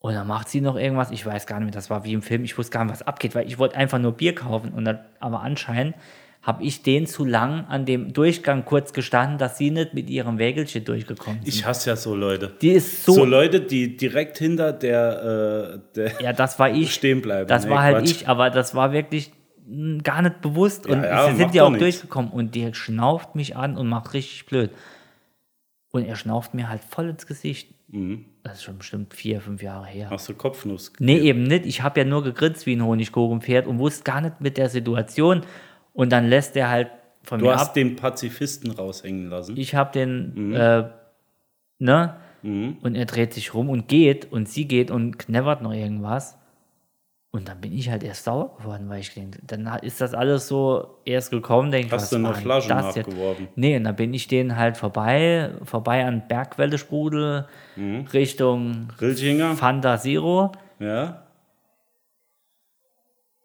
S3: Und dann macht sie noch irgendwas. Ich weiß gar nicht mehr. Das war wie im Film. Ich wusste gar nicht, was abgeht, weil ich wollte einfach nur Bier kaufen. Und dann, aber anscheinend habe ich den zu lang an dem Durchgang kurz gestanden, dass sie nicht mit ihrem Wägelchen durchgekommen sind.
S2: ich hasse ja so Leute.
S3: Die ist
S2: so
S3: so
S2: Leute, die direkt hinter der, äh, der
S3: Ja, das war ich.
S2: Stehen bleiben.
S3: Das
S2: Nee,
S3: war halt
S2: Quatsch.
S3: ich, aber das war wirklich mh, gar nicht bewusst. Und
S2: ja,
S3: sie
S2: macht
S3: sind ja
S2: doch
S3: auch
S2: nichts.
S3: durchgekommen. Und der schnauft mich an und macht richtig blöd. Und er schnauft mir halt voll ins Gesicht.
S2: Mhm.
S3: Das ist schon bestimmt vier, fünf Jahre her.
S2: aus der Kopfnuss.
S3: Nee, eben nicht. Ich habe ja nur gegrinst wie ein Honigkuchenpferd und wusste gar nicht mit der Situation. Und dann lässt er halt von
S2: Du
S3: mir
S2: hast
S3: ab.
S2: den Pazifisten raushängen lassen.
S3: Ich habe den,
S2: Mhm.
S3: äh, ne? Und er dreht sich rum und geht und sie geht und knevert noch irgendwas. Und dann bin ich halt erst sauer geworden, weil ich denke, dann hat- ist das alles so erst gekommen, denke ich,
S2: Hast
S3: was
S2: du noch
S3: war denn
S2: Flaschen
S3: das jetzt?
S2: nachgeworfen?
S3: Nee, und dann bin ich denen halt vorbei, vorbei an Bergwelle Sprudel
S2: Mhm.
S3: Richtung
S2: Grillchinger?
S3: Fanta Zero.
S2: Ja.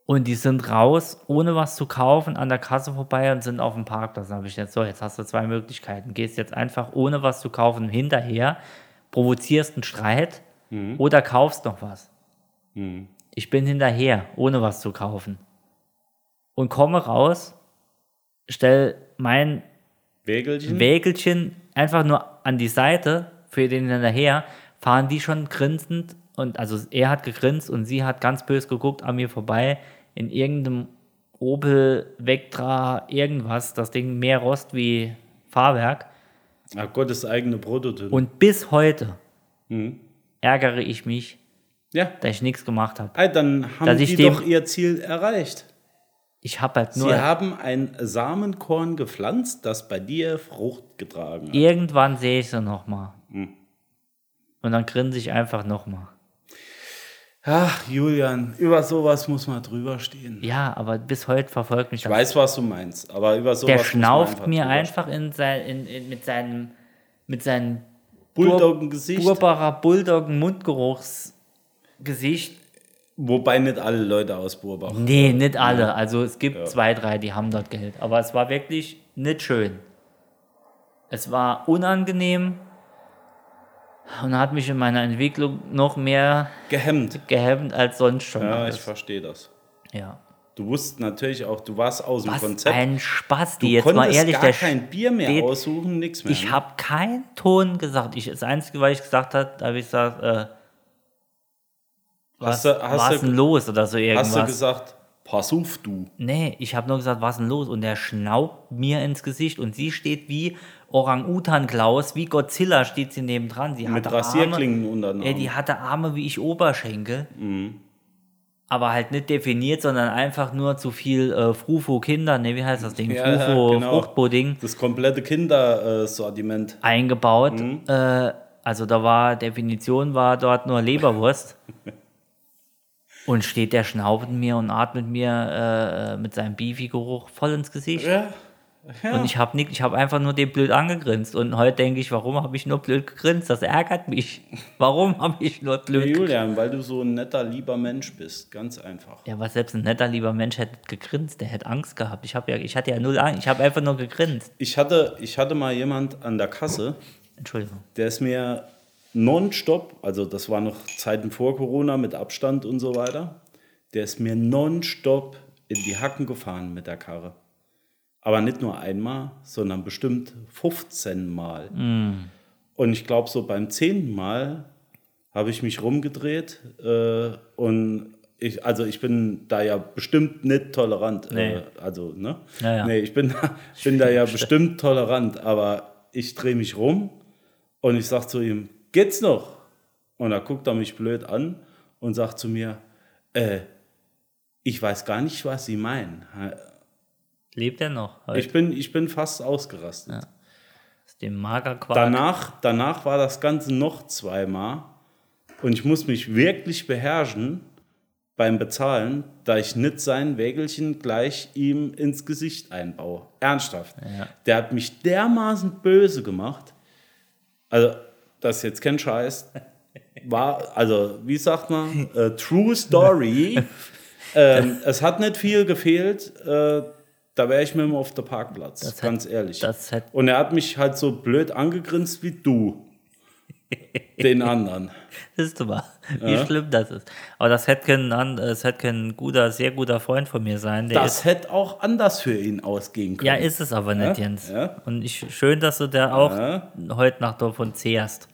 S3: Und die sind raus, ohne was zu kaufen, an der Kasse vorbei und sind auf dem Parkplatz. Dann habe ich jetzt so, jetzt hast du zwei Möglichkeiten. Gehst jetzt einfach ohne was zu kaufen hinterher, provozierst einen Streit oder kaufst noch was. Ich bin hinterher, ohne was zu kaufen. Und komme raus, stell mein
S2: Wägelchen?
S3: Wägelchen einfach nur an die Seite für den hinterher, fahren die schon grinsend und also er hat gegrinst und sie hat ganz böse geguckt an mir vorbei in irgendeinem Opel Vectra irgendwas, das Ding mehr Rost wie Fahrwerk
S2: Ach Gott, das eigene Prototyp.
S3: und bis heute
S2: Mhm.
S3: ärgere ich mich,
S2: ja.
S3: dass ich nichts gemacht habe.
S2: Ah, dann haben
S3: Dass ich
S2: die
S3: dem-
S2: doch ihr Ziel erreicht.
S3: Ich habe halt
S2: Sie
S3: nur
S2: haben ein Samenkorn gepflanzt, das bei dir Frucht getragen hat.
S3: irgendwann sehe ich sie noch mal.
S2: Mhm.
S3: Und dann grinse ich einfach noch mal.
S2: Ach, Julian, über sowas muss man drüber stehen.
S3: Ja, aber bis heute verfolgt mich
S2: Ich weiß, was du meinst, aber über sowas
S3: Der
S2: muss man
S3: schnauft mir
S2: drüber
S3: einfach in sein, in, in, mit seinem, mit seinem
S2: stehen. Bulldoggen-Gesicht.
S3: Burbacher Bulldoggen-Mundgeruchsgesicht.
S2: Wobei nicht alle Leute aus Burbach.
S3: Nee, nicht alle. Also es gibt zwei, drei, die haben dort Geld. Aber es war wirklich nicht schön. Es war unangenehm und hat mich in meiner Entwicklung noch mehr
S2: Gehemmt.
S3: gehemmt als sonst schon.
S2: Ja, ich
S3: alles.
S2: verstehe das.
S3: ja.
S2: Du wusstest natürlich auch, du warst aus dem
S3: Was
S2: Konzept.
S3: ein Spaß, die
S2: du
S3: jetzt
S2: konntest
S3: mal ehrlich,
S2: gar
S3: der
S2: kein Bier mehr
S3: steht-
S2: aussuchen, nichts mehr.
S3: Ich habe keinen Ton gesagt. Ich, das Einzige, was ich gesagt habe, da habe ich gesagt, äh, was,
S2: Hast du- hast
S3: was
S2: du-
S3: denn los oder so irgendwas.
S2: Hast du gesagt, pass auf, du.
S3: nee, ich habe nur gesagt, was denn los? Und der schnaubt mir ins Gesicht und sie steht wie Orang-Utan-Klaus, wie Godzilla steht sie nebendran. Sie
S2: Mit
S3: hatte
S2: Rasierklingen unter den
S3: Arme, ey, die
S2: Armen.
S3: hatte Arme wie ich Oberschenkel.
S2: Mhm.
S3: Aber halt nicht definiert, sondern einfach nur zu viel äh, Frufo-Kinder, ne, wie heißt das Ding?
S2: Ja, ja, genau.
S3: Frufo-Fruchtpudding.
S2: Das komplette Kindersortiment. Mhm.
S3: eingebaut. Äh, also da war Definition war dort nur Leberwurst. Und steht der Schnaubend mir und atmet mir äh, mit seinem Beefy-Geruch voll ins Gesicht.
S2: Ja.
S3: Und ich habe ich hab einfach nur den blöd angegrinst. Und heute denke ich, warum habe ich nur blöd gegrinst? Das ärgert mich. Warum habe ich nur blöd gegrinst?
S2: Julian, weil du so ein netter, lieber Mensch bist. Ganz einfach.
S3: Ja, aber selbst ein netter, lieber Mensch hätte gegrinst. Der hätte Angst gehabt. Ich, hab ja, ich hatte ja null Angst. Ich habe einfach nur gegrinst.
S2: Ich hatte, ich hatte mal jemand an der Kasse,
S3: Entschuldigung.
S2: der ist mir nonstop, also das war noch Zeiten vor Corona mit Abstand und so weiter, der ist mir nonstop in die Hacken gefahren mit der Karre. Aber nicht nur einmal, sondern bestimmt 15 Mal. Und ich glaube, so beim zehnten Mal habe ich mich rumgedreht äh, und ich, also ich bin da ja bestimmt nicht tolerant.
S3: Nee.
S2: Äh, also, ne?
S3: Ja, ja.
S2: Nee, ich bin, da- ich bin da ja bestimmt tolerant, aber ich drehe mich rum und ich sage zu ihm, geht's noch? Und da guckt er mich blöd an und sagt zu mir, äh, ich weiß gar nicht, was Sie meinen.
S3: Lebt er noch? Heute
S2: Ich bin, ich bin fast ausgerastet.
S3: ist dem Magerquark.
S2: Danach, danach war das Ganze noch zweimal und ich muss mich wirklich beherrschen beim Bezahlen, da ich nicht sein Wägelchen gleich ihm ins Gesicht einbaue. Ernsthaft. Der hat mich dermaßen böse gemacht. Also, das ist jetzt kein Scheiß. War, also, wie sagt man? Äh, true Story. ähm, es hat nicht viel gefehlt. Äh, da wäre ich mit ihm auf der Parkplatz,
S3: Das hat-
S2: ganz ehrlich.
S3: das hat-
S2: Und er hat mich halt so blöd angegrinst wie du. Den anderen.
S3: Siehst du mal, wie schlimm das ist. Aber das hätte können, an- es hätte können ein guter, sehr guter Freund von mir sein. Der ist,
S2: Das hätte auch anders für ihn ausgehen können.
S3: ja, ist es aber nicht, Jens.
S2: ja.
S3: Und ich, schön, dass du da auch
S2: Ja.
S3: heute nach davon zehrst.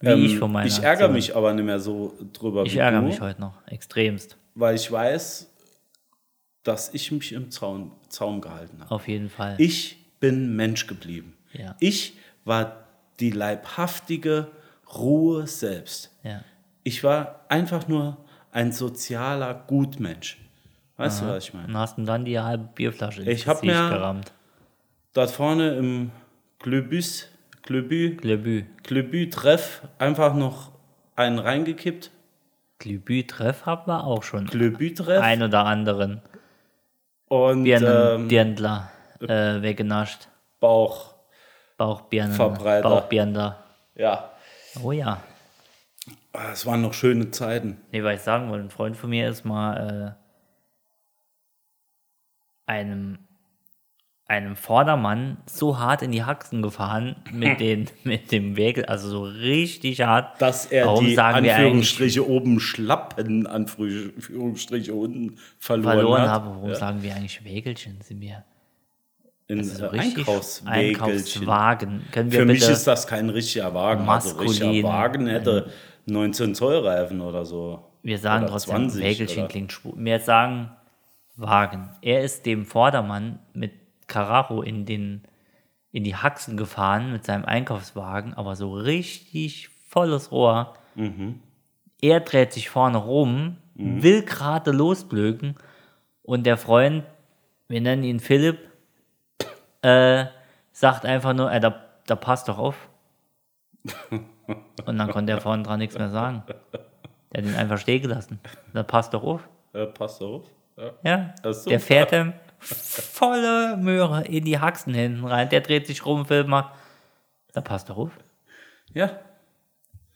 S3: Wie
S2: Ähm,
S3: ich eh von meiner.
S2: ich ärgere
S3: Zunge.
S2: mich aber nicht mehr so drüber
S3: Ich
S2: wie
S3: ärgere
S2: du,
S3: mich heute noch extremst.
S2: weil ich weiß, dass ich mich im Zaun, Zaum gehalten habe.
S3: Auf jeden Fall.
S2: Ich bin Mensch geblieben.
S3: Ja.
S2: Ich war die leibhaftige Ruhe selbst.
S3: ja.
S2: Ich war einfach nur ein sozialer Gutmensch. Weißt du, was ich meine?
S3: Und hast ihm dann die halbe Bierflasche ins
S2: Ich hab
S3: Gesicht
S2: mir-
S3: gerammt.
S2: Dort vorne im Glöbüs, Glöbü,
S3: Glübü.
S2: Glöbü-Treff einfach noch einen reingekippt.
S3: Glübü-Treff haben wir auch schon.
S2: Glöbü-Treff.
S3: Ein oder anderen.
S2: Und
S3: Birnen,
S2: ähm,
S3: Dirndler äh, weggenascht.
S2: Bauch.
S3: Bauchbirnen.
S2: Verbreiter.
S3: Bauchbirndler.
S2: Ja,
S3: Oh ja.
S2: Ah, es waren noch schöne Zeiten.
S3: Nee, weil ich sagen wollte, ein Freund von mir ist mal äh, einem, einem Vordermann so hart in die Haxen gefahren mit, den, mit dem Weg, also so richtig hart.
S2: Dass er
S3: Warum
S2: die
S3: sagen wir eigentlich
S2: Anführungsstriche oben schlappen, Anführungsstriche unten verloren,
S3: verloren
S2: hat.
S3: habe? Warum
S2: ja.
S3: sagen wir eigentlich Wägelchen? Sind wir also
S2: In
S3: so
S2: äh,
S3: richtig
S2: Einkaufswägelchen.
S3: Einkaufswagen? Können wir
S2: Für mich
S3: bitte
S2: ist das kein richtiger Wagen. Also
S3: Maskulin.
S2: richtiger Wagen hätte 19 Zoll Reifen oder so.
S3: Wir sagen
S2: oder
S3: trotzdem,
S2: 20
S3: Wägelchen
S2: oder-
S3: klingt schwul. Wir sagen Wagen. Er ist dem Vordermann mit Carajo in, den, in die Haxen gefahren mit seinem Einkaufswagen, aber so richtig volles Rohr.
S2: Mhm.
S3: Er dreht sich vorne rum, will gerade losblöken und der Freund, wir nennen ihn Philipp, äh, sagt einfach nur, äh, da, da passt doch auf. und dann konnte er vorne dran nichts mehr sagen. Der hat ihn einfach stehen gelassen. Da passt doch auf.
S2: Äh, passt auf. Ja.
S3: Ja.
S2: Das ist
S3: Der
S2: super.
S3: fährt dann volle Möhre in die Haxen hinten rein. Der dreht sich rum, will mal. Da passt doch auf.
S2: ja.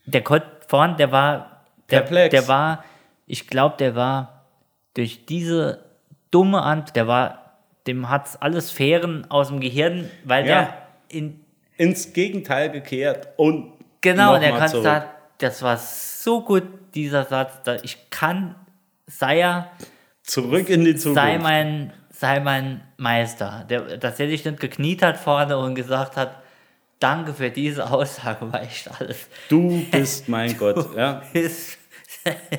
S3: Der konnte vorne, der war. Der,
S2: Perplex.
S3: der war, ich glaube, der war durch diese dumme Ant, der war, dem hat's alles Fähren aus dem Gehirn, weil
S2: Ja.
S3: der in
S2: Ins Gegenteil gekehrt und.
S3: Genau, und er
S2: nochmal
S3: kann
S2: zurück.
S3: da, das war so gut, dieser Satz, da ich kann, sei er,
S2: Zurück in die Zukunft.
S3: sei mein, sei mein Meister. Der, dass er sich nicht gekniet hat vorne und gesagt hat, danke für diese Aussage, war echt alles.
S2: du bist mein Gott. Ja.
S3: Ist,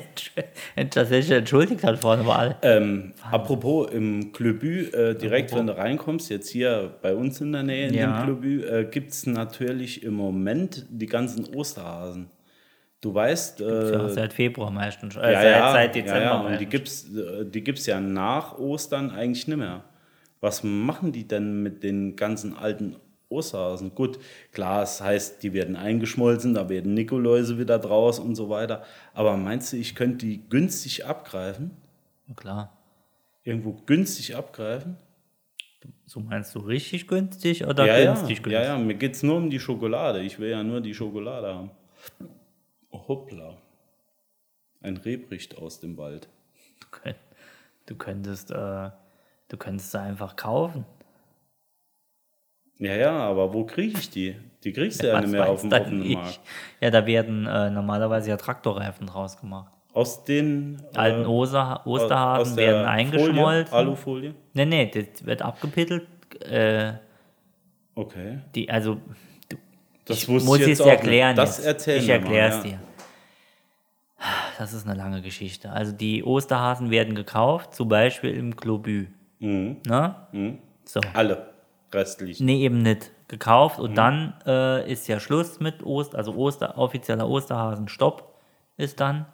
S3: dass er sich entschuldigt hat vorne war alle.
S2: Ähm, apropos im Klöbü, äh, direkt wenn du reinkommst, jetzt hier bei uns in der Nähe in
S3: Ja.
S2: dem Klöbü, äh, gibt es natürlich im Moment die ganzen Osterhasen. Du weißt, äh,
S3: ja, seit Februar meistens, äh,
S2: ja,
S3: seit,
S2: ja,
S3: seit Dezember. ne?
S2: ja, ja, und die
S3: meistens.
S2: gibt es die gibt's ja nach Ostern eigentlich nicht mehr. Was machen die denn mit den ganzen alten Osterhasen. Gut, klar, es heißt, die werden eingeschmolzen, da werden Nikoläuse wieder draus und so weiter. Aber meinst du, ich könnte die günstig abgreifen?
S3: Ja, klar.
S2: Irgendwo günstig abgreifen?
S3: So meinst du richtig günstig oder
S2: ja,
S3: günstig
S2: ja.
S3: günstig?
S2: ja, ja, mir geht es nur um die Schokolade. Ich will ja nur die Schokolade haben. Hoppla. Ein Rebricht aus dem Wald.
S3: Du, könnt, du könntest, äh, du könntest da einfach kaufen.
S2: Ja, ja, aber wo kriege ich die? Die kriegst du ja,
S3: Was
S2: nicht mehr
S3: weiß
S2: auf dem
S3: dann
S2: offenen
S3: ich?
S2: Markt.
S3: Ja, da werden äh, normalerweise ja Traktorreifen draus gemacht.
S2: Aus den äh,
S3: Alten Oster, Osterhasen
S2: aus der
S3: werden
S2: Folie,
S3: eingeschmolzen.
S2: Alufolie.
S3: Nee, nee, das wird abgepittelt. Äh,
S2: Okay.
S3: die, also, du,
S2: Das
S3: ich
S2: wusste
S3: muss
S2: ich
S3: jetzt
S2: auch nicht.
S3: erklären.
S2: Das
S3: jetzt.
S2: erzähl
S3: ich
S2: mir mal,
S3: erkläre es
S2: ja.
S3: dir. Das ist eine lange Geschichte. Also die Osterhasen werden gekauft, zum Beispiel im Klobü. Ne? So.
S2: Mhm. Alle restlichen.
S3: Nee, eben nicht. Gekauft und dann äh, ist ja Schluss mit Ost, also Oster, offizieller Osterhasen-Stopp ist dann.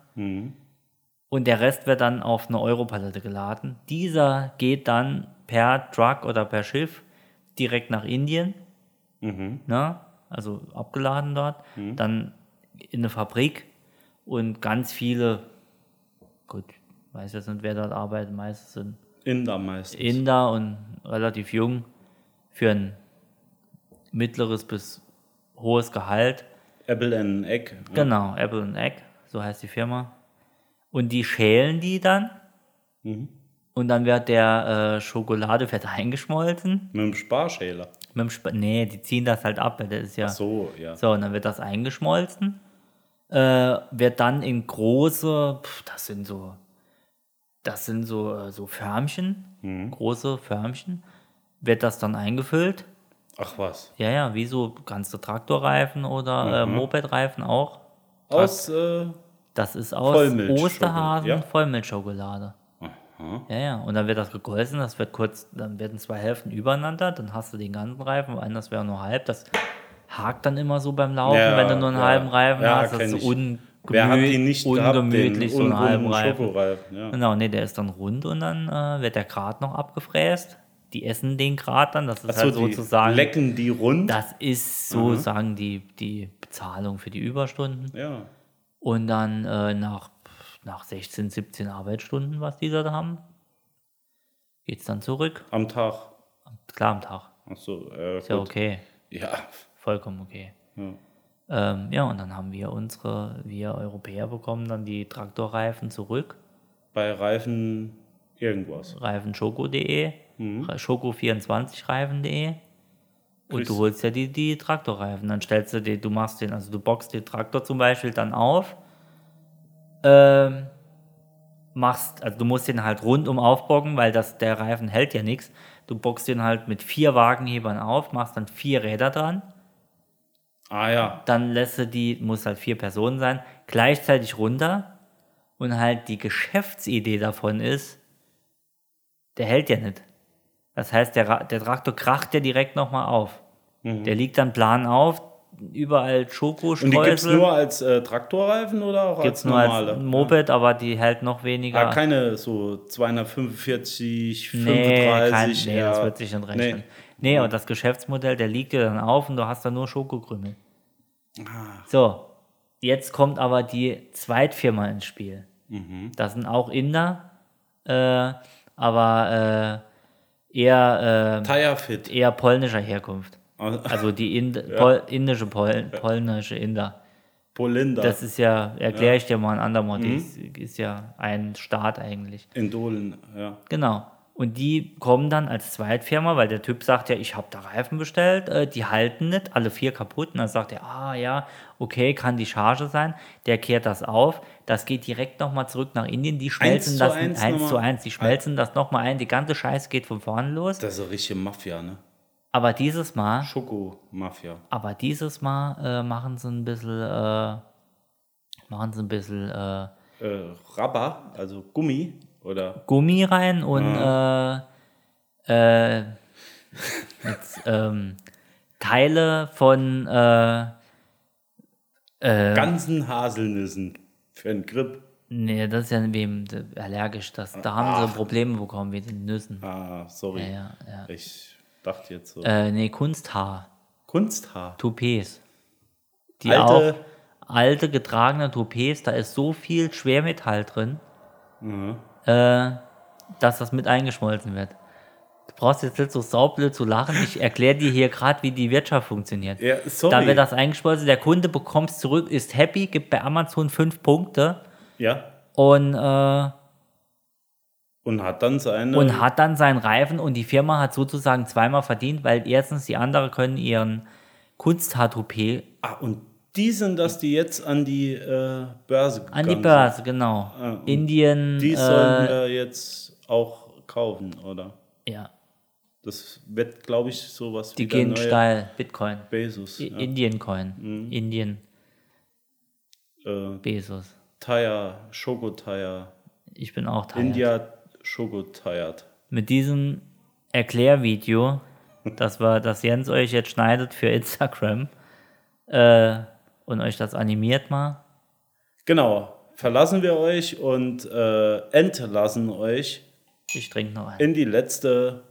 S3: Und der Rest wird dann auf eine Europalette geladen. Dieser geht dann per Truck oder per Schiff direkt nach Indien. Ne? Also abgeladen dort. Dann in eine Fabrik und ganz viele, gut, weiß jetzt nicht, wer dort arbeitet, meistens sind
S2: Inder meistens.
S3: Inder und relativ jung für ein mittleres bis hohes Gehalt.
S2: Apple and Egg.
S3: Genau, Apple and Egg, so heißt die Firma. Und die schälen die dann. Und dann wird der äh, Schokoladefett eingeschmolzen.
S2: Mit dem Sparschäler.
S3: Mit dem Sp nee, die ziehen das halt ab, weil das ist ja.
S2: So, ja.
S3: So, und dann wird das eingeschmolzen, äh, wird dann in große, pf, das sind so, das sind so, äh, so Förmchen, große Förmchen, wird das dann eingefüllt.
S2: Ach was.
S3: Ja, ja, wie so ganze Traktorreifen oder äh, Mopedreifen auch.
S2: Aus, äh,
S3: Das ist aus
S2: Vollmilchschokolade,
S3: Osterhasen
S2: ja.
S3: Vollmilchschokolade. Ja, ja. Und dann wird das gegolzen, das wird kurz, dann werden zwei Hälften übereinander, dann hast du den ganzen Reifen, anders wäre nur halb. Das hakt dann immer so beim Laufen,
S2: Ja,
S3: wenn du nur einen
S2: ja.
S3: halben Reifen
S2: Ja,
S3: hast. Das
S2: kenn
S3: ist so
S2: ich.
S3: ungemüt,
S2: wer hat die nicht gehabt,
S3: ungemütlich, so einen halben
S2: unrunden
S3: Reifen.
S2: Schokoreifen. Ja.
S3: Genau, nee, der ist dann rund und dann äh, wird der Grat noch abgefräst. Die essen den Grat dann, das ist
S2: Achso,
S3: halt
S2: die Mhm.
S3: sozusagen.
S2: lecken die rund.
S3: Das ist sozusagen die, die Bezahlung für die Überstunden.
S2: Ja.
S3: Und dann äh, nach, nach 16, 17 Arbeitsstunden, was die da haben, geht es dann zurück.
S2: Am Tag.
S3: Klar am Tag.
S2: Achso, äh,
S3: Ist ja
S2: gut.
S3: okay.
S2: Ja.
S3: Vollkommen okay.
S2: Ja.
S3: Ähm, ja, und dann haben wir unsere, wir Europäer bekommen dann die Traktorreifen zurück.
S2: Bei Reifen irgendwas.
S3: Reifenschoko.de, schoko24reifen.de. Und
S2: Grüß.
S3: du holst ja die, die Traktorreifen. Dann stellst du die, du machst den, also du boxst den Traktor zum Beispiel dann auf. Ähm, machst, also du musst den halt rundum aufbocken, weil das, der Reifen hält ja nichts. Du bockst den halt mit vier Wagenhebern auf, machst dann vier Räder dran.
S2: Ah ja.
S3: Dann lässt du die, muss halt vier Personen sein, gleichzeitig runter. Und halt die Geschäftsidee davon ist, der hält ja nicht. Das heißt, der, Ra- der Traktor kracht ja direkt nochmal auf. Der liegt dann plan auf,
S2: Mhm.
S3: überall
S2: Und die gibt's
S3: Schokostreusel.
S2: nur als äh, Traktorreifen oder auch
S3: also Gibt's
S2: als
S3: nur
S2: normale?
S3: als Moped, aber die hält noch weniger.
S2: Ah, keine so 245,
S3: nee,
S2: 35.
S3: kein, nee
S2: ja.
S3: das wird sich nicht rechnen. Nee. und das Geschäftsmodell, der liegt dir dann auf und du hast dann nur Schokokrümel. So, jetzt kommt aber die Zweitfirma ins Spiel. Das sind auch Inder, äh, aber äh, eher,
S2: Tire Fit.
S3: äh, eher polnischer Herkunft. Also die Ind Pol indische Pol polnische Inder.
S2: Polinda.
S3: Das ist ja, Mhm. erkläre ich dir mal ein andermal, die ist, ist ja ein Staat eigentlich.
S2: in Dohlen, ja.
S3: Genau. Und die kommen dann als Zweitfirma, weil der Typ sagt ja, ich habe da Reifen bestellt, äh, die halten nicht, alle vier kaputt. Und dann sagt er, ah ja, okay, kann die Charge sein. Der kehrt das auf, das geht direkt nochmal zurück nach Indien, die schmelzen
S2: zu
S3: das
S2: eins
S3: eins zu
S2: nochmal.
S3: eins, die schmelzen das nochmal ein, die ganze Scheiße geht von vorne los.
S2: Das ist eine richtige Mafia, ne?
S3: Aber dieses Mal
S2: Schoko-Mafia.
S3: aber dieses Mal äh, machen sie ein bisschen, äh, machen sie ein bisschen äh,
S2: Äh, Rubber, also Gummi oder
S3: Gummi rein und äh, äh, jetzt, ähm, Teile von äh,
S2: ganzen Haselnüssen für einen Grip.
S3: nee, das ist ja wem allergisch, das, da haben sie Probleme bekommen mit den Nüssen.
S2: Ah, sorry.
S3: Ja, ja.
S2: Ich dachte jetzt so.
S3: Äh, nee, Äh, Kunsthaar.
S2: Kunsthaar.
S3: Toupees. Die
S2: Alte-
S3: auch alte getragene Toupees, da ist so viel Schwermetall drin,
S2: Mhm.
S3: äh, dass das mit eingeschmolzen wird. Du brauchst jetzt nicht so saublöd zu lachen. Ich erkläre dir hier gerade, wie die Wirtschaft funktioniert.
S2: Ja, sorry.
S3: Da wird das eingeschmolzen, der Kunde bekommt es zurück, ist happy, gibt bei Amazon fünf Punkte
S2: Ja.
S3: und, äh,
S2: Und hat dann seine.
S3: und hat dann seinen Reifen und die Firma hat sozusagen zweimal verdient, weil erstens die anderen können ihren Kunst-HTP
S2: ah, und die sind das, die jetzt an die äh, Börse gegangen
S3: An die Börse, genau.
S2: Ah, und
S3: Indien.
S2: sind. Die sollen
S3: äh,
S2: wir jetzt auch kaufen, oder?
S3: ja,
S2: Das wird, glaube ich, sowas
S3: die
S2: wie der
S3: gehen
S2: neue
S3: steil. Bitcoin.
S2: Bezos. ne?
S3: I-
S2: Ja. Mhm.
S3: Indien-Coin. Indien.
S2: Äh,
S3: Bezos.
S2: Tire, Schokotire,
S3: Ich bin auch Teil.
S2: India Schokotire.
S3: Mit diesem Erklärvideo, das, war, das Jens euch jetzt schneidet für Instagram äh, und euch das animiert mal.
S2: Genau. Verlassen wir euch und äh, entlassen euch
S3: Ich trinke noch einen.
S2: in die letzte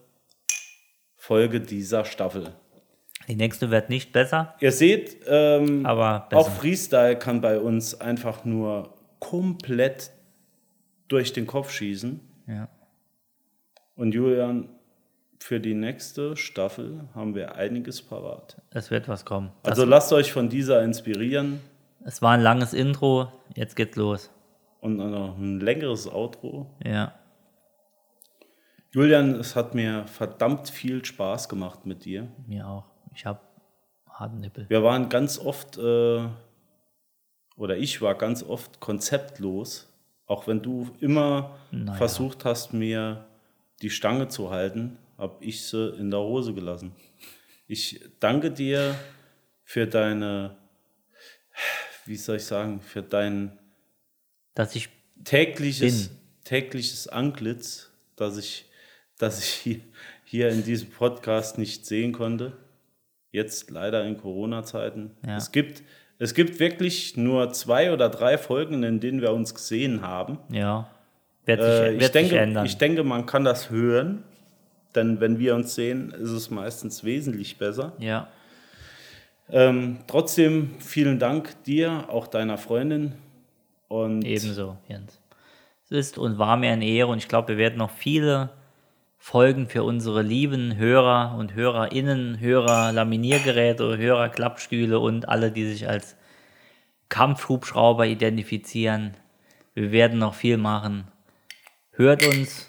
S2: Folge dieser Staffel.
S3: Die nächste wird nicht besser,
S2: Ihr seht, ähm,
S3: aber besser.
S2: auch Freestyle kann bei uns einfach nur komplett durch den Kopf schießen.
S3: ja.
S2: Und Julian, für die nächste Staffel haben wir einiges parat.
S3: Es wird was kommen.
S2: Also lasst euch von dieser inspirieren
S3: Es war ein langes Intro, jetzt geht's los.
S2: und noch ein längeres Outro.
S3: Ja.
S2: Julian, es hat mir verdammt viel Spaß gemacht mit dir.
S3: Mir auch. Ich habe harten Nippel.
S2: Wir waren ganz oft, äh, oder ich war ganz oft konzeptlos, auch wenn du immer
S3: Naja.
S2: versucht hast, mir die Stange zu halten, habe ich sie in der Hose gelassen. Ich danke dir für deine, wie soll ich sagen, für dein
S3: Dass ich
S2: tägliches, tägliches Antlitz, das ich, das ich hier, hier in diesem Podcast nicht sehen konnte. Jetzt leider in Corona-Zeiten.
S3: Ja.
S2: Es, gibt, es gibt wirklich nur zwei oder drei Folgen, in denen wir uns gesehen haben.
S3: Ja. Wird sich,
S2: Äh,
S3: wird
S2: ich,
S3: sich
S2: denke,
S3: ändern.
S2: ich denke, man kann das hören. Denn wenn wir uns sehen, ist es meistens wesentlich besser.
S3: ja.
S2: Ähm, trotzdem vielen Dank dir, auch deiner Freundin. Und
S3: Ebenso, Jens. Es ist und war mir eine Ehre und ich glaube, wir werden noch viele Folgen für unsere lieben Hörer und Hörerinnen, Hörer Laminiergeräte, Hörer Klappstühle und alle, die sich als Kampfhubschrauber identifizieren. Wir werden noch viel machen. Hört uns.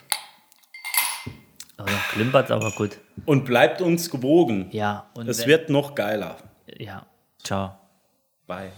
S3: Oh, klimpert aber gut.
S2: Und bleibt uns gewogen.
S3: Ja, und
S2: Es
S3: wenn-
S2: wird noch geiler.
S3: ja. Ciao.
S2: Bye.